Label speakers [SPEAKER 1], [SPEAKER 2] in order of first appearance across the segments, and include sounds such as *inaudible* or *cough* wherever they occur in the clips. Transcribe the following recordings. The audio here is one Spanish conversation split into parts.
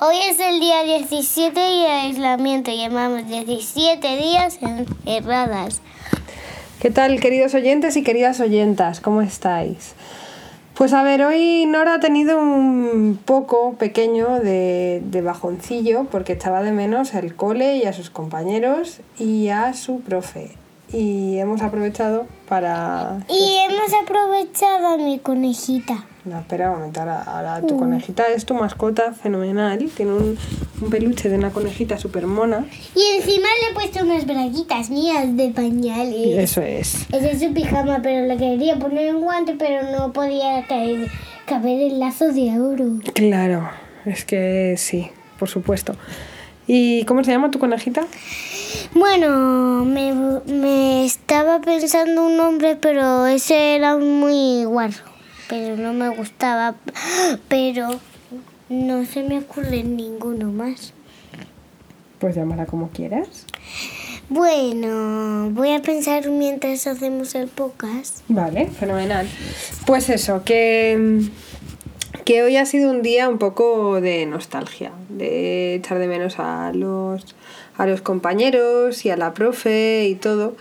[SPEAKER 1] Hoy es el día 17 y aislamiento. Llevamos 17 días encerradas.
[SPEAKER 2] ¿Qué tal, queridos oyentes y queridas oyentas? ¿Cómo estáis? Pues a ver, hoy Nora ha tenido un poco pequeño de, de bajoncillo porque estaba de menos al cole y a sus compañeros y a su profe. Y hemos aprovechado para...
[SPEAKER 1] Y hemos aprovechado a mi conejita.
[SPEAKER 2] No, espera un momento, ahora, ahora tu conejita es tu mascota fenomenal. Tiene un, un peluche de una conejita súper mona.
[SPEAKER 1] Y encima le he puesto unas braguitas mías de
[SPEAKER 2] Y
[SPEAKER 1] pañales.
[SPEAKER 2] eso es.
[SPEAKER 1] Ese es su pijama, pero le quería poner un guante, pero no podía caer, caber el lazo de oro.
[SPEAKER 2] Claro, es que sí, por supuesto. ¿Y cómo se llama tu conejita?
[SPEAKER 1] Bueno, me, me estaba pensando un nombre, pero ese era muy guarro. Pero no me gustaba. Pero no se me ocurre ninguno más.
[SPEAKER 2] Pues llámala como quieras.
[SPEAKER 1] Bueno, voy a pensar mientras hacemos el podcast.
[SPEAKER 2] Vale, fenomenal. Pues eso, que, que hoy ha sido un día un poco de nostalgia, de echar de menos a los, a los compañeros y a la profe y todo.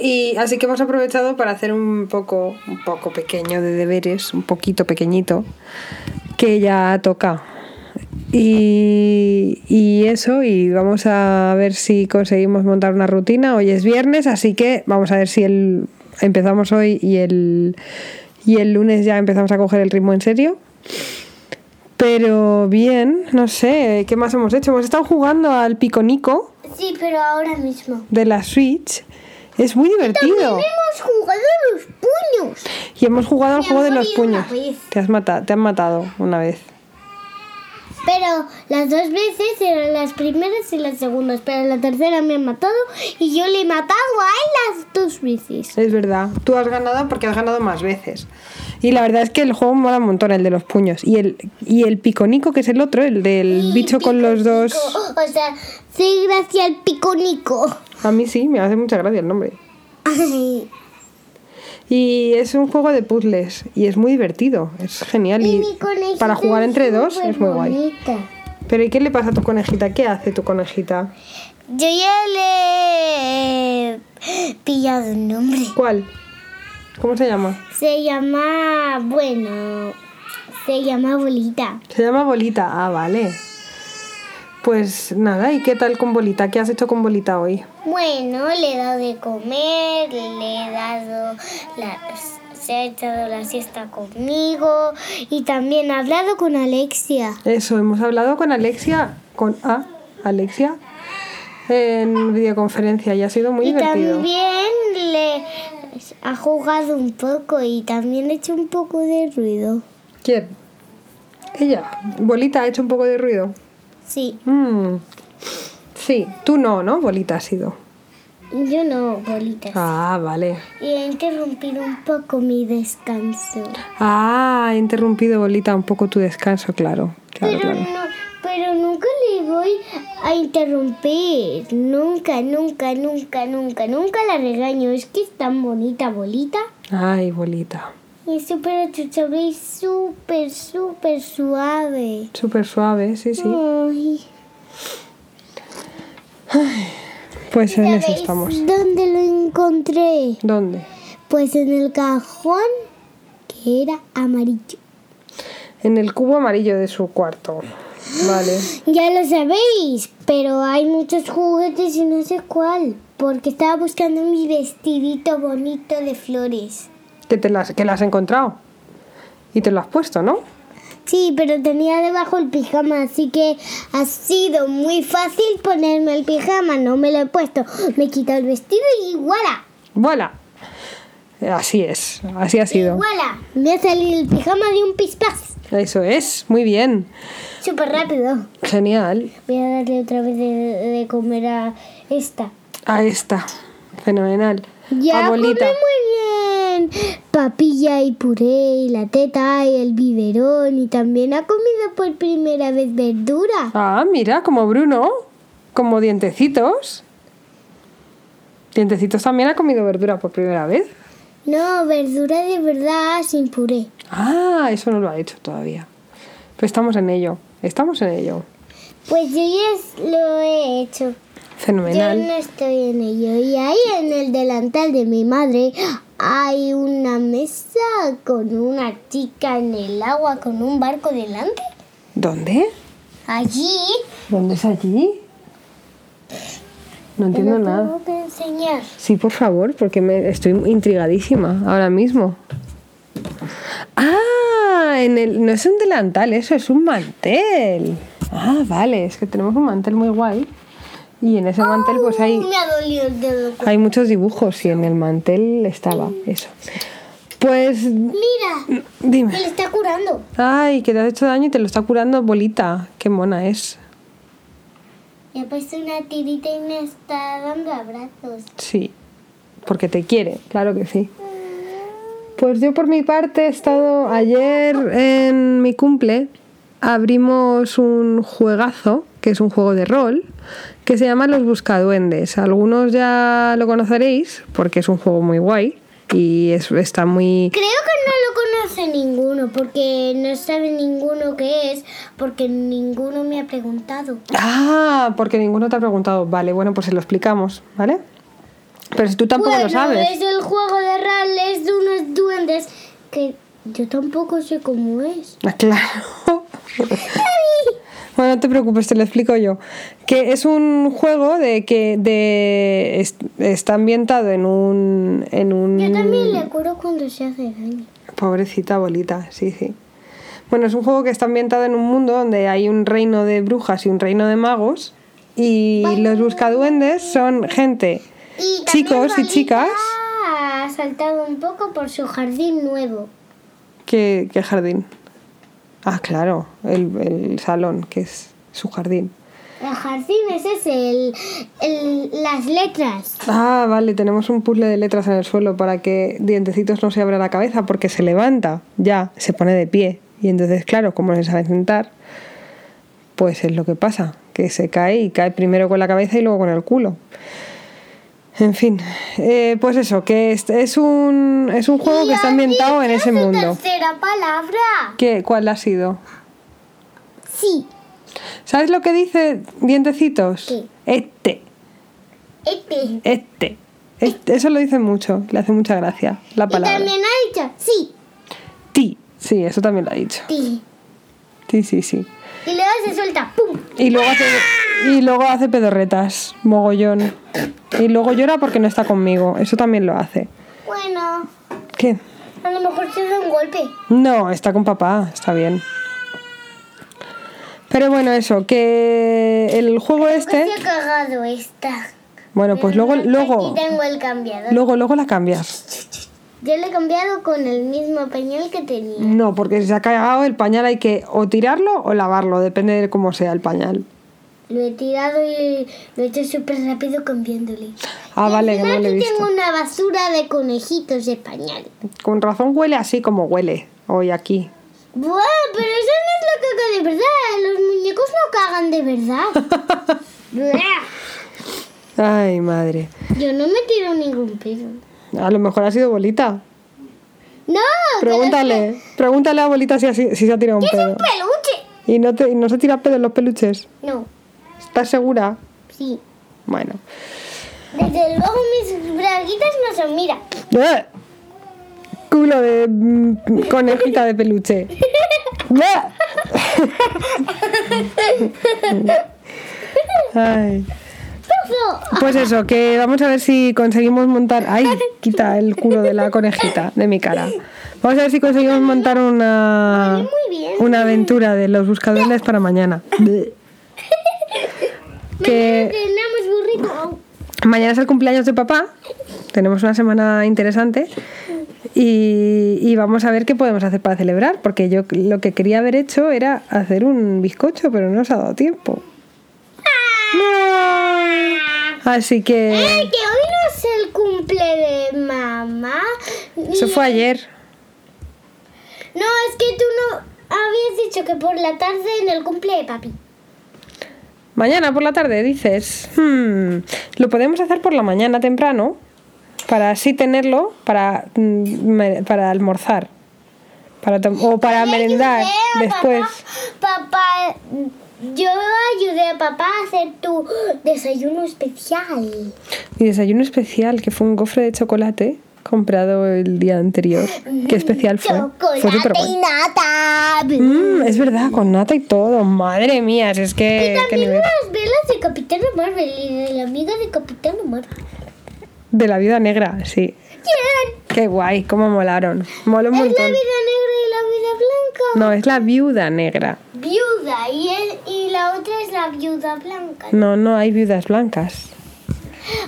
[SPEAKER 2] Y así que hemos aprovechado para hacer un poco, un poco pequeño de deberes, un poquito pequeñito, que ya toca. Y, y eso, y vamos a ver si conseguimos montar una rutina. Hoy es viernes, así que vamos a ver si el, empezamos hoy y el, y el lunes ya empezamos a coger el ritmo en serio. Pero bien, no sé, ¿qué más hemos hecho? Hemos estado jugando al piconico
[SPEAKER 1] Sí, pero ahora mismo.
[SPEAKER 2] de la Switch. Es muy divertido.
[SPEAKER 1] hemos jugado a los puños.
[SPEAKER 2] Y hemos jugado al
[SPEAKER 1] Me
[SPEAKER 2] juego
[SPEAKER 1] han
[SPEAKER 2] de los
[SPEAKER 1] jodido
[SPEAKER 2] puños.
[SPEAKER 1] una vez.
[SPEAKER 2] Te, has matado, te han matado una vez.
[SPEAKER 1] Pero las dos veces eran las primeras y las segundas. Pero la tercera me ha matado y yo le he matado a él las dos veces.
[SPEAKER 2] Es verdad. Tú has ganado porque has ganado más veces. Y la verdad es que el juego mola un montón, el de los puños. Y el, y el piconico, que es el otro, el del
[SPEAKER 1] Y
[SPEAKER 2] bicho con los dos.
[SPEAKER 1] O sea, sí, gracias al piconico.
[SPEAKER 2] A mí sí, me hace mucha gracia el nombre.
[SPEAKER 1] Ay,
[SPEAKER 2] Y es un juego de puzzles y es muy divertido, es genial.
[SPEAKER 1] y
[SPEAKER 2] Y
[SPEAKER 1] mi conejita
[SPEAKER 2] para jugar
[SPEAKER 1] es
[SPEAKER 2] entre dos
[SPEAKER 1] súper
[SPEAKER 2] es muy guay.
[SPEAKER 1] bonita.
[SPEAKER 2] Pero ¿y qué le pasa a tu conejita? ¿Qué hace tu conejita?
[SPEAKER 1] Yo ya le he pillado el nombre.
[SPEAKER 2] ¿Cuál? ¿Cómo se llama?
[SPEAKER 1] Se llama, bueno, se llama Bolita.
[SPEAKER 2] Se llama Bolita. Ah, vale. Pues nada, ¿y qué tal con Bolita? ¿Qué has hecho con Bolita hoy?
[SPEAKER 1] Bueno, le he dado de comer, le he dado la- se ha echado la siesta conmigo y también ha hablado con Alexia.
[SPEAKER 2] Eso, hemos hablado con Alexia, con A, Alexia, en videoconferencia y ha sido muy
[SPEAKER 1] Y
[SPEAKER 2] divertido.
[SPEAKER 1] también le ha jugado un poco y también ha hecho un poco de ruido.
[SPEAKER 2] ¿Quién? Ella. Bolita ha hecho un poco de ruido.
[SPEAKER 1] Sí,
[SPEAKER 2] Mm. Sí, tú no, ¿no? Bolita ha sido.
[SPEAKER 1] yo no, bolitas.
[SPEAKER 2] Ah, vale.
[SPEAKER 1] Y he interrumpido un poco mi descanso.
[SPEAKER 2] Ah, ha interrumpido Bolita un poco tu descanso, claro. Claro,
[SPEAKER 1] Pero
[SPEAKER 2] claro.
[SPEAKER 1] no, pero nunca le voy a interrumpir. Nunca, nunca, nunca, nunca, nunca la regaño. Es que es tan bonita, bolita.
[SPEAKER 2] Ay, Bolita.
[SPEAKER 1] Y es súper achuchable y súper, súper suave.
[SPEAKER 2] Súper suave, sí, sí.
[SPEAKER 1] Ay.
[SPEAKER 2] Pues en eso
[SPEAKER 1] ¿Sabéis
[SPEAKER 2] estamos.
[SPEAKER 1] ¿Dónde lo encontré?
[SPEAKER 2] ¿Dónde?
[SPEAKER 1] Pues en el cajón que era amarillo.
[SPEAKER 2] En el cubo amarillo de su cuarto. Vale.
[SPEAKER 1] Ya lo sabéis, pero hay muchos juguetes y no sé cuál. Porque estaba buscando mi vestidito bonito de flores.
[SPEAKER 2] Que, te las, que las has encontrado. Y te lo has puesto, ¿no?
[SPEAKER 1] Sí, pero tenía debajo el pijama, así que ha sido muy fácil ponerme el pijama. No me lo he puesto. Me he quitado el vestido y ¡guala!
[SPEAKER 2] ¡Vuela! Así es, así ha sido.
[SPEAKER 1] ¡Guala! Me ha salido el pijama de un pispás.
[SPEAKER 2] Eso es, muy bien.
[SPEAKER 1] Súper rápido.
[SPEAKER 2] Genial.
[SPEAKER 1] Voy a darle otra vez de, de comer a esta.
[SPEAKER 2] Ahí está. Fenomenal.
[SPEAKER 1] Ya
[SPEAKER 2] Abuelita.
[SPEAKER 1] come muy bien. Papilla y puré y la teta y el biberón y también ha comido por primera vez verdura.
[SPEAKER 2] Ah, mira, como Bruno. Como dientecitos. Dientecitos también ha comido verdura por primera vez.
[SPEAKER 1] No, verdura de verdad sin puré.
[SPEAKER 2] Ah, eso no lo ha hecho todavía. Pero estamos en ello, estamos en ello.
[SPEAKER 1] Pues yo ya es- lo he hecho. Yo
[SPEAKER 2] Fenomenal.
[SPEAKER 1] no estoy en ello. Y ahí en el delantal de mi madre hay una mesa con una chica en el agua con un barco delante.
[SPEAKER 2] ¿Dónde?
[SPEAKER 1] Allí.
[SPEAKER 2] ¿Dónde es allí? No entiendo
[SPEAKER 1] Te lo
[SPEAKER 2] nada.
[SPEAKER 1] Tengo que enseñar.
[SPEAKER 2] Sí, por favor, porque me estoy intrigadísima ahora mismo. Ah, en el, no es un delantal, eso es un mantel. Ah, vale, es que tenemos un mantel muy guay. Y en ese mantel pues hay,
[SPEAKER 1] Uh, Me ha dolido el dedo.
[SPEAKER 2] hay muchos dibujos y en el mantel estaba eso. Pues
[SPEAKER 1] Mira, me
[SPEAKER 2] dime.
[SPEAKER 1] le está curando.
[SPEAKER 2] Ay, que te has hecho daño y te lo está curando bolita. Qué mona es.
[SPEAKER 1] Le he puesto una tirita y me está dando abrazos.
[SPEAKER 2] Sí, porque te quiere, claro que sí. Pues yo por mi parte he estado ayer en mi cumple, abrimos un juegazo, que es un juego de rol, que se llama Los Buscaduendes. Algunos ya lo conoceréis porque es un juego muy guay y es- está muy...
[SPEAKER 1] Creo que no lo conoce ninguno porque no sabe ninguno qué es porque ninguno me ha preguntado.
[SPEAKER 2] Ah, porque ninguno te ha preguntado. Vale, bueno, pues se lo explicamos, ¿vale? Pero si tú tampoco
[SPEAKER 1] bueno,
[SPEAKER 2] lo sabes.
[SPEAKER 1] es el juego de rol, es de unos duendes que yo tampoco sé cómo es.
[SPEAKER 2] Ah, Claro. *laughs* bueno, no te preocupes, te lo explico yo. Que es un juego de que de, es- está ambientado en un. En un
[SPEAKER 1] Yo también le curo cuando se hace daño.
[SPEAKER 2] Pobrecita abuelita, sí, sí. Bueno, es un juego que está ambientado en un mundo donde hay un reino de brujas y un reino de magos. Y los buscaduendes son gente,
[SPEAKER 1] Y también
[SPEAKER 2] chicos y
[SPEAKER 1] Lolita
[SPEAKER 2] chicas.
[SPEAKER 1] Ha saltado un poco por su jardín nuevo.
[SPEAKER 2] ¿Qué, qué jardín? Ah, claro, el, el salón, que es su jardín.
[SPEAKER 1] El jardín es ese, el- el- las letras.
[SPEAKER 2] Ah, vale, tenemos un puzzle de letras en el suelo para que Dientecitos no se abra la cabeza porque se levanta, ya, se pone de pie. Y entonces, claro, como no se sabe sentar, pues es lo que pasa, que se cae y cae primero con la cabeza y luego con el culo. En fin, eh, pues eso, que es, es un, es un juego que está ambientado en ese mundo.
[SPEAKER 1] tercera palabra?
[SPEAKER 2] ¿Qué, ¿Cuál ha sido?
[SPEAKER 1] Sí.
[SPEAKER 2] ¿Sabes lo que dice Dientecitos?
[SPEAKER 1] ¿Qué?
[SPEAKER 2] Este.
[SPEAKER 1] Este.
[SPEAKER 2] Este. Este. Eso lo dice mucho, le hace mucha gracia la
[SPEAKER 1] Y
[SPEAKER 2] palabra.
[SPEAKER 1] también ha dicho sí.
[SPEAKER 2] Ti. Sí, eso también lo ha dicho.
[SPEAKER 1] ti.
[SPEAKER 2] Sí, sí, sí.
[SPEAKER 1] Y luego se suelta. ¡Pum!
[SPEAKER 2] Y luego hace, y luego hace pedorretas, mogollón. Y luego llora porque no está conmigo. Eso también lo hace.
[SPEAKER 1] Bueno,
[SPEAKER 2] ¿Qué?
[SPEAKER 1] a lo mejor se da un golpe.
[SPEAKER 2] No, está con papá, está bien. Pero bueno, eso, que el juego este.
[SPEAKER 1] Se ha cagado esta.
[SPEAKER 2] Bueno, pues luego, luego,
[SPEAKER 1] Aquí tengo el cambiador.
[SPEAKER 2] luego, luego la cambias.
[SPEAKER 1] Yo lo he cambiado con el mismo pañal que tenía.
[SPEAKER 2] No, porque si se ha cagado el pañal hay que o tirarlo o lavarlo, depende de cómo sea el pañal.
[SPEAKER 1] Lo he tirado y lo he hecho súper rápido cambiándole.
[SPEAKER 2] Ah,
[SPEAKER 1] Y
[SPEAKER 2] vale, que
[SPEAKER 1] encima
[SPEAKER 2] no lo he
[SPEAKER 1] aquí
[SPEAKER 2] visto.
[SPEAKER 1] tengo una basura de conejitos de pañal.
[SPEAKER 2] Con razón huele así como huele hoy aquí.
[SPEAKER 1] Buah, pero eso no es la caca de verdad. Los muñecos no cagan de
[SPEAKER 2] *laughs*
[SPEAKER 1] verdad. Buah,
[SPEAKER 2] Ay, madre.
[SPEAKER 1] Yo no me tiro ningún pedo.
[SPEAKER 2] A lo mejor ha sido bolita.
[SPEAKER 1] No, pero es
[SPEAKER 2] Pregúntale, pregúntale a bolita si, ha si- si se ha tirado un
[SPEAKER 1] que- que es
[SPEAKER 2] pedo.
[SPEAKER 1] un peluche.
[SPEAKER 2] ¿Y no, te, y no se tira pedo en los peluches?
[SPEAKER 1] No,
[SPEAKER 2] ¿Estás segura?
[SPEAKER 1] sí.
[SPEAKER 2] Bueno.
[SPEAKER 1] Desde luego mis braguitas no son, mira. *laughs*
[SPEAKER 2] ¡Bleh! Culo de mm, conejita de peluche. ¡Bleh! *laughs* Ay.
[SPEAKER 1] ¡Pufo!
[SPEAKER 2] Pues eso, que vamos a ver si conseguimos montar. ¡Ay! Quita el culo de la conejita de mi cara. Vamos a ver si conseguimos montar una.
[SPEAKER 1] Muy bien.
[SPEAKER 2] Una aventura de los buscadores para mañana.
[SPEAKER 1] Mañana
[SPEAKER 2] Que
[SPEAKER 1] Tenemos burrito.
[SPEAKER 2] mañana es el cumpleaños de papá. Tenemos una semana interesante. Y, y vamos a ver qué podemos hacer para celebrar. Porque yo lo que quería haber hecho era hacer un bizcocho, pero no os ha dado tiempo.
[SPEAKER 1] Ah.
[SPEAKER 2] Así que.
[SPEAKER 1] Ay, que hoy no es el cumple de mamá.
[SPEAKER 2] Eso fue ayer.
[SPEAKER 1] No, es que tú no habías dicho que por la tarde en el cumple de papi.
[SPEAKER 2] Mañana por la tarde, dices. Hmm, lo podemos hacer por la mañana temprano, para así tenerlo para, mm, me- para almorzar, Para tom- o para merendar después.
[SPEAKER 1] Papá, yo ayudé a papá a hacer tu desayuno especial.
[SPEAKER 2] Mi desayuno especial, que fue un gofre de chocolate comprado el día anterior. Qué especial fue.
[SPEAKER 1] Chocolate
[SPEAKER 2] Fue súper
[SPEAKER 1] y
[SPEAKER 2] bueno.
[SPEAKER 1] nata.
[SPEAKER 2] Mm, es verdad, con nata y todo. Madre mía, si es que. qué
[SPEAKER 1] También
[SPEAKER 2] nivel.
[SPEAKER 1] las velas de Capitán Marvel y de la amiga de Capitán Marvel.
[SPEAKER 2] De la vida negra, sí.
[SPEAKER 1] ¿Quién?
[SPEAKER 2] Qué guay, cómo molaron. Mola un
[SPEAKER 1] Es la
[SPEAKER 2] montón.
[SPEAKER 1] vida negra y la vida blanca.
[SPEAKER 2] No, es la viuda negra.
[SPEAKER 1] Viuda y, el- y la otra es la viuda blanca.
[SPEAKER 2] No, no hay viudas blancas.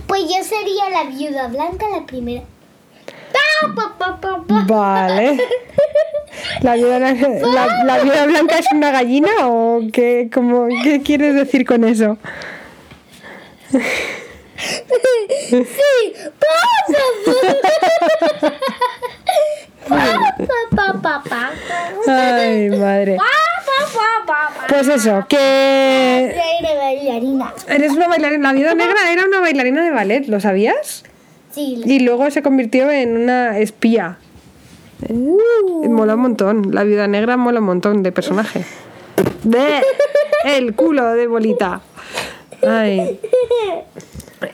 [SPEAKER 1] Pues yo sería la viuda blanca la primera. Pa, pa, pa, pa, pa. *laughs*
[SPEAKER 2] Vale. ¿La viuda, negra- la, la viuda blanca es una gallina o qué, como, qué quieres decir con eso?
[SPEAKER 1] Sí, pa, pa, pa, pa, pa, pa, pa,
[SPEAKER 2] Ay, madre.
[SPEAKER 1] pa, pa, pa, pa, pa.
[SPEAKER 2] Pues eso, que
[SPEAKER 1] Reina bailarina.
[SPEAKER 2] eres una bailarina. La viuda negra era una bailarina de ballet, ¿lo sabías?
[SPEAKER 1] Sí.
[SPEAKER 2] Y luego se convirtió en una espía.
[SPEAKER 1] Uh.
[SPEAKER 2] Mola un montón. La viuda negra mola un montón de personaje. De el culo de bolita. Ay.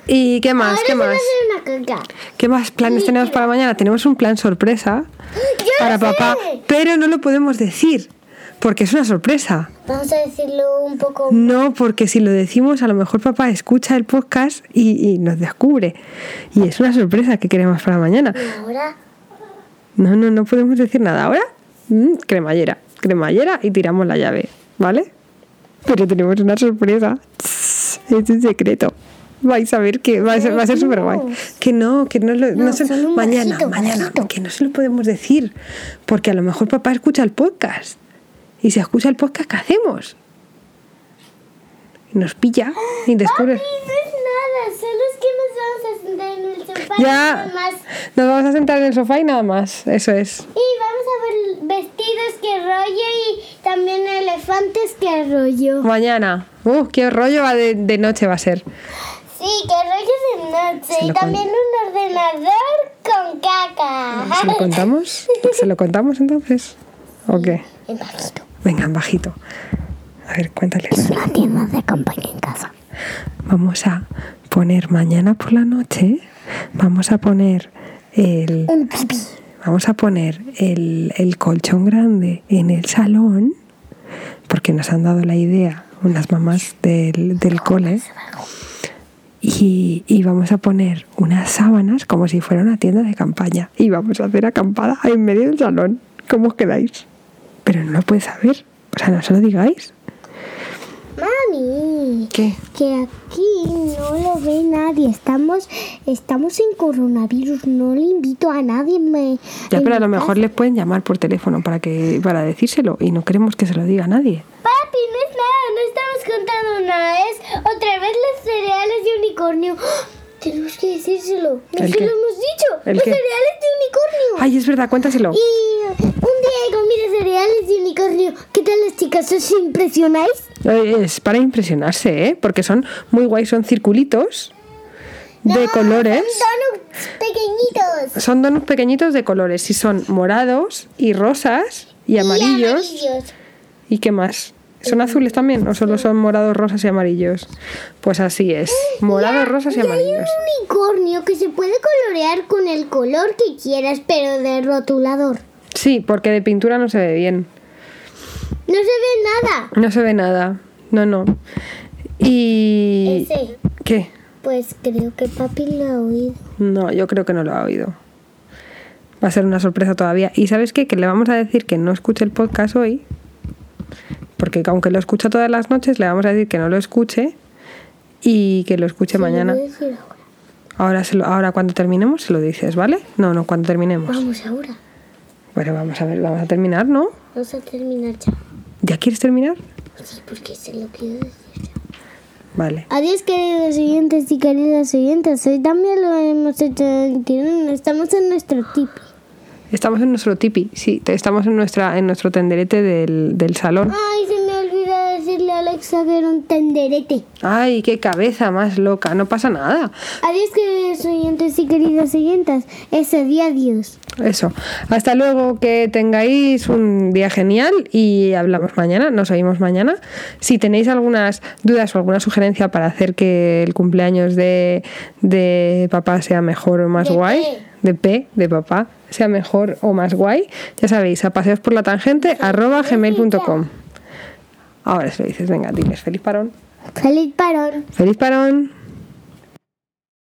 [SPEAKER 2] ¿Y qué más?
[SPEAKER 1] Ahora
[SPEAKER 2] ¿Qué
[SPEAKER 1] se va a
[SPEAKER 2] más?
[SPEAKER 1] hacer una caca.
[SPEAKER 2] ¿Qué más planes tenemos para mañana? Tenemos un plan sorpresa
[SPEAKER 1] ¡Ya
[SPEAKER 2] para
[SPEAKER 1] sé!
[SPEAKER 2] papá, pero no lo podemos decir porque es una sorpresa.
[SPEAKER 1] Vamos a decirlo un poco.
[SPEAKER 2] No, porque si lo decimos, a lo mejor papá escucha el podcast y, y nos descubre. Y es una sorpresa que queremos para mañana.
[SPEAKER 1] Ahora.
[SPEAKER 2] No, no, no podemos decir nada. Ahora, mm, cremallera, cremallera y tiramos la llave, ¿vale? Pero tenemos una sorpresa. Tss, Es un secreto. Vais a ver que va a ser, va a ser súper guay. Que no, que no lo. No,
[SPEAKER 1] No,
[SPEAKER 2] se-
[SPEAKER 1] solo un
[SPEAKER 2] mañana,
[SPEAKER 1] bajito,
[SPEAKER 2] mañana.
[SPEAKER 1] bajito.
[SPEAKER 2] Que no se lo podemos decir. Porque a lo mejor papá escucha el podcast. Y si escucha el podcast, ¿qué hacemos? Nos pilla
[SPEAKER 1] Papi,
[SPEAKER 2] y
[SPEAKER 1] no
[SPEAKER 2] descubre.
[SPEAKER 1] es nada, solo es que nos vamos a sentar en el sofá
[SPEAKER 2] Ya
[SPEAKER 1] nada más.
[SPEAKER 2] nos vamos a sentar en el sofá y nada más. Eso es.
[SPEAKER 1] Y vamos a ver vestidos que rollo y también elefantes que rollo.
[SPEAKER 2] Mañana. Uf, qué rollo va de, de noche va a ser.
[SPEAKER 1] Sí, que rollo de noche
[SPEAKER 2] Se lo
[SPEAKER 1] y también un ordenador con caca.
[SPEAKER 2] ¿Se lo contamos? ¿Se lo contamos entonces? ¿O qué? Venga, en bajito. A ver, cuéntales.
[SPEAKER 1] Una tienda de compañía en casa.
[SPEAKER 2] Vamos a poner mañana por la noche. Vamos a poner el.
[SPEAKER 1] Un pipí.
[SPEAKER 2] Vamos a poner el, el colchón grande en el salón. Porque nos han dado la idea unas mamás del, del cole. Y, y vamos a poner unas sábanas como si fuera una tienda de campaña. Y vamos a hacer acampada en medio del salón. ¿Cómo os quedáis? Pero no lo puedes saber. O sea, no se lo digáis.
[SPEAKER 1] Mami,
[SPEAKER 2] ¿Qué?
[SPEAKER 1] que aquí no lo ve nadie. Estamos, estamos en coronavirus. No le invito a nadie. Me,
[SPEAKER 2] Ya,
[SPEAKER 1] en
[SPEAKER 2] pero a
[SPEAKER 1] mi
[SPEAKER 2] lo mejor
[SPEAKER 1] casa.
[SPEAKER 2] les pueden llamar por teléfono para, que, para decírselo. Y no queremos que se lo diga a nadie.
[SPEAKER 1] Papi, no es nada. No estamos contando nada. Es otra vez los cereales de unicornio. *gasps* ¡Ah! Tenemos que decírselo. No
[SPEAKER 2] ¿El
[SPEAKER 1] se
[SPEAKER 2] qué?
[SPEAKER 1] lo hemos dicho.
[SPEAKER 2] ¿El
[SPEAKER 1] los
[SPEAKER 2] qué?
[SPEAKER 1] cereales de unicornio.
[SPEAKER 2] Ay, es verdad, cuéntaselo.
[SPEAKER 1] Y un día he comido cereales de unicornio. ¿Qué tal las chicas? ¿Os impresionáis?
[SPEAKER 2] Eh, Es para impresionarse, ¿eh? Porque son muy guay, son circulitos de colores.
[SPEAKER 1] Son donuts pequeñitos.
[SPEAKER 2] Son donuts pequeñitos de colores. Y son morados y rosas y amarillos.
[SPEAKER 1] Y amarillos.
[SPEAKER 2] ¿Y qué más? ¿Son azules también o solo son morados, rosas y amarillos? Pues así es. Morados, rosas y
[SPEAKER 1] Hay un
[SPEAKER 2] amarillos.
[SPEAKER 1] unicornio que se puede colorear con el color que quieras, pero de rotulador.
[SPEAKER 2] Sí, porque de pintura no se ve bien.
[SPEAKER 1] No se ve nada.
[SPEAKER 2] No se ve nada. No, no. Y...
[SPEAKER 1] Ese,
[SPEAKER 2] ¿Qué?
[SPEAKER 1] pues creo que papi lo ha oído.
[SPEAKER 2] No, yo creo que no lo ha oído. Va a ser una sorpresa todavía. ¿Y sabes qué? Que le vamos a decir que no escuche el podcast hoy. Porque aunque lo escucha todas las noches, le vamos a decir que no lo escuche y que lo escuche mañana.
[SPEAKER 1] Lo voy a decir ahora.
[SPEAKER 2] Ahora, se lo- ahora cuando terminemos se lo dices, ¿vale? No, no, cuando terminemos.
[SPEAKER 1] Vamos ahora.
[SPEAKER 2] Bueno, vamos a ver, vamos a terminar, ¿no?
[SPEAKER 1] Vamos a terminar ya.
[SPEAKER 2] ¿Ya quieres terminar?
[SPEAKER 1] Sí, porque se lo quiero decir.
[SPEAKER 2] Vale.
[SPEAKER 1] Adiós queridos oyentes y queridas oyentes. Hoy también lo hemos hecho en Tirón. Estamos en nuestro tip.
[SPEAKER 2] Estamos en nuestro tipi, sí, te- estamos en nuestra en nuestro tenderete del, del salón.
[SPEAKER 1] Ay, se me olvidó decirle a la Alexa que era un tenderete.
[SPEAKER 2] Ay, qué cabeza más loca, no pasa nada.
[SPEAKER 1] Adiós, queridos oyentes y queridas oyentes. Ese día, adiós.
[SPEAKER 2] Eso. Hasta luego, que tengáis un día genial y hablamos mañana, nos oímos mañana. Si tenéis algunas dudas o alguna sugerencia para hacer que el cumpleaños de, de papá sea mejor o más
[SPEAKER 1] De
[SPEAKER 2] guay,
[SPEAKER 1] P.
[SPEAKER 2] de P, de papá, sea mejor o más guay, ya sabéis, a paseos por la tangente arroba gmail.com. Ahora se lo dices, venga, diles, feliz parón.
[SPEAKER 1] Feliz parón.
[SPEAKER 2] Feliz parón.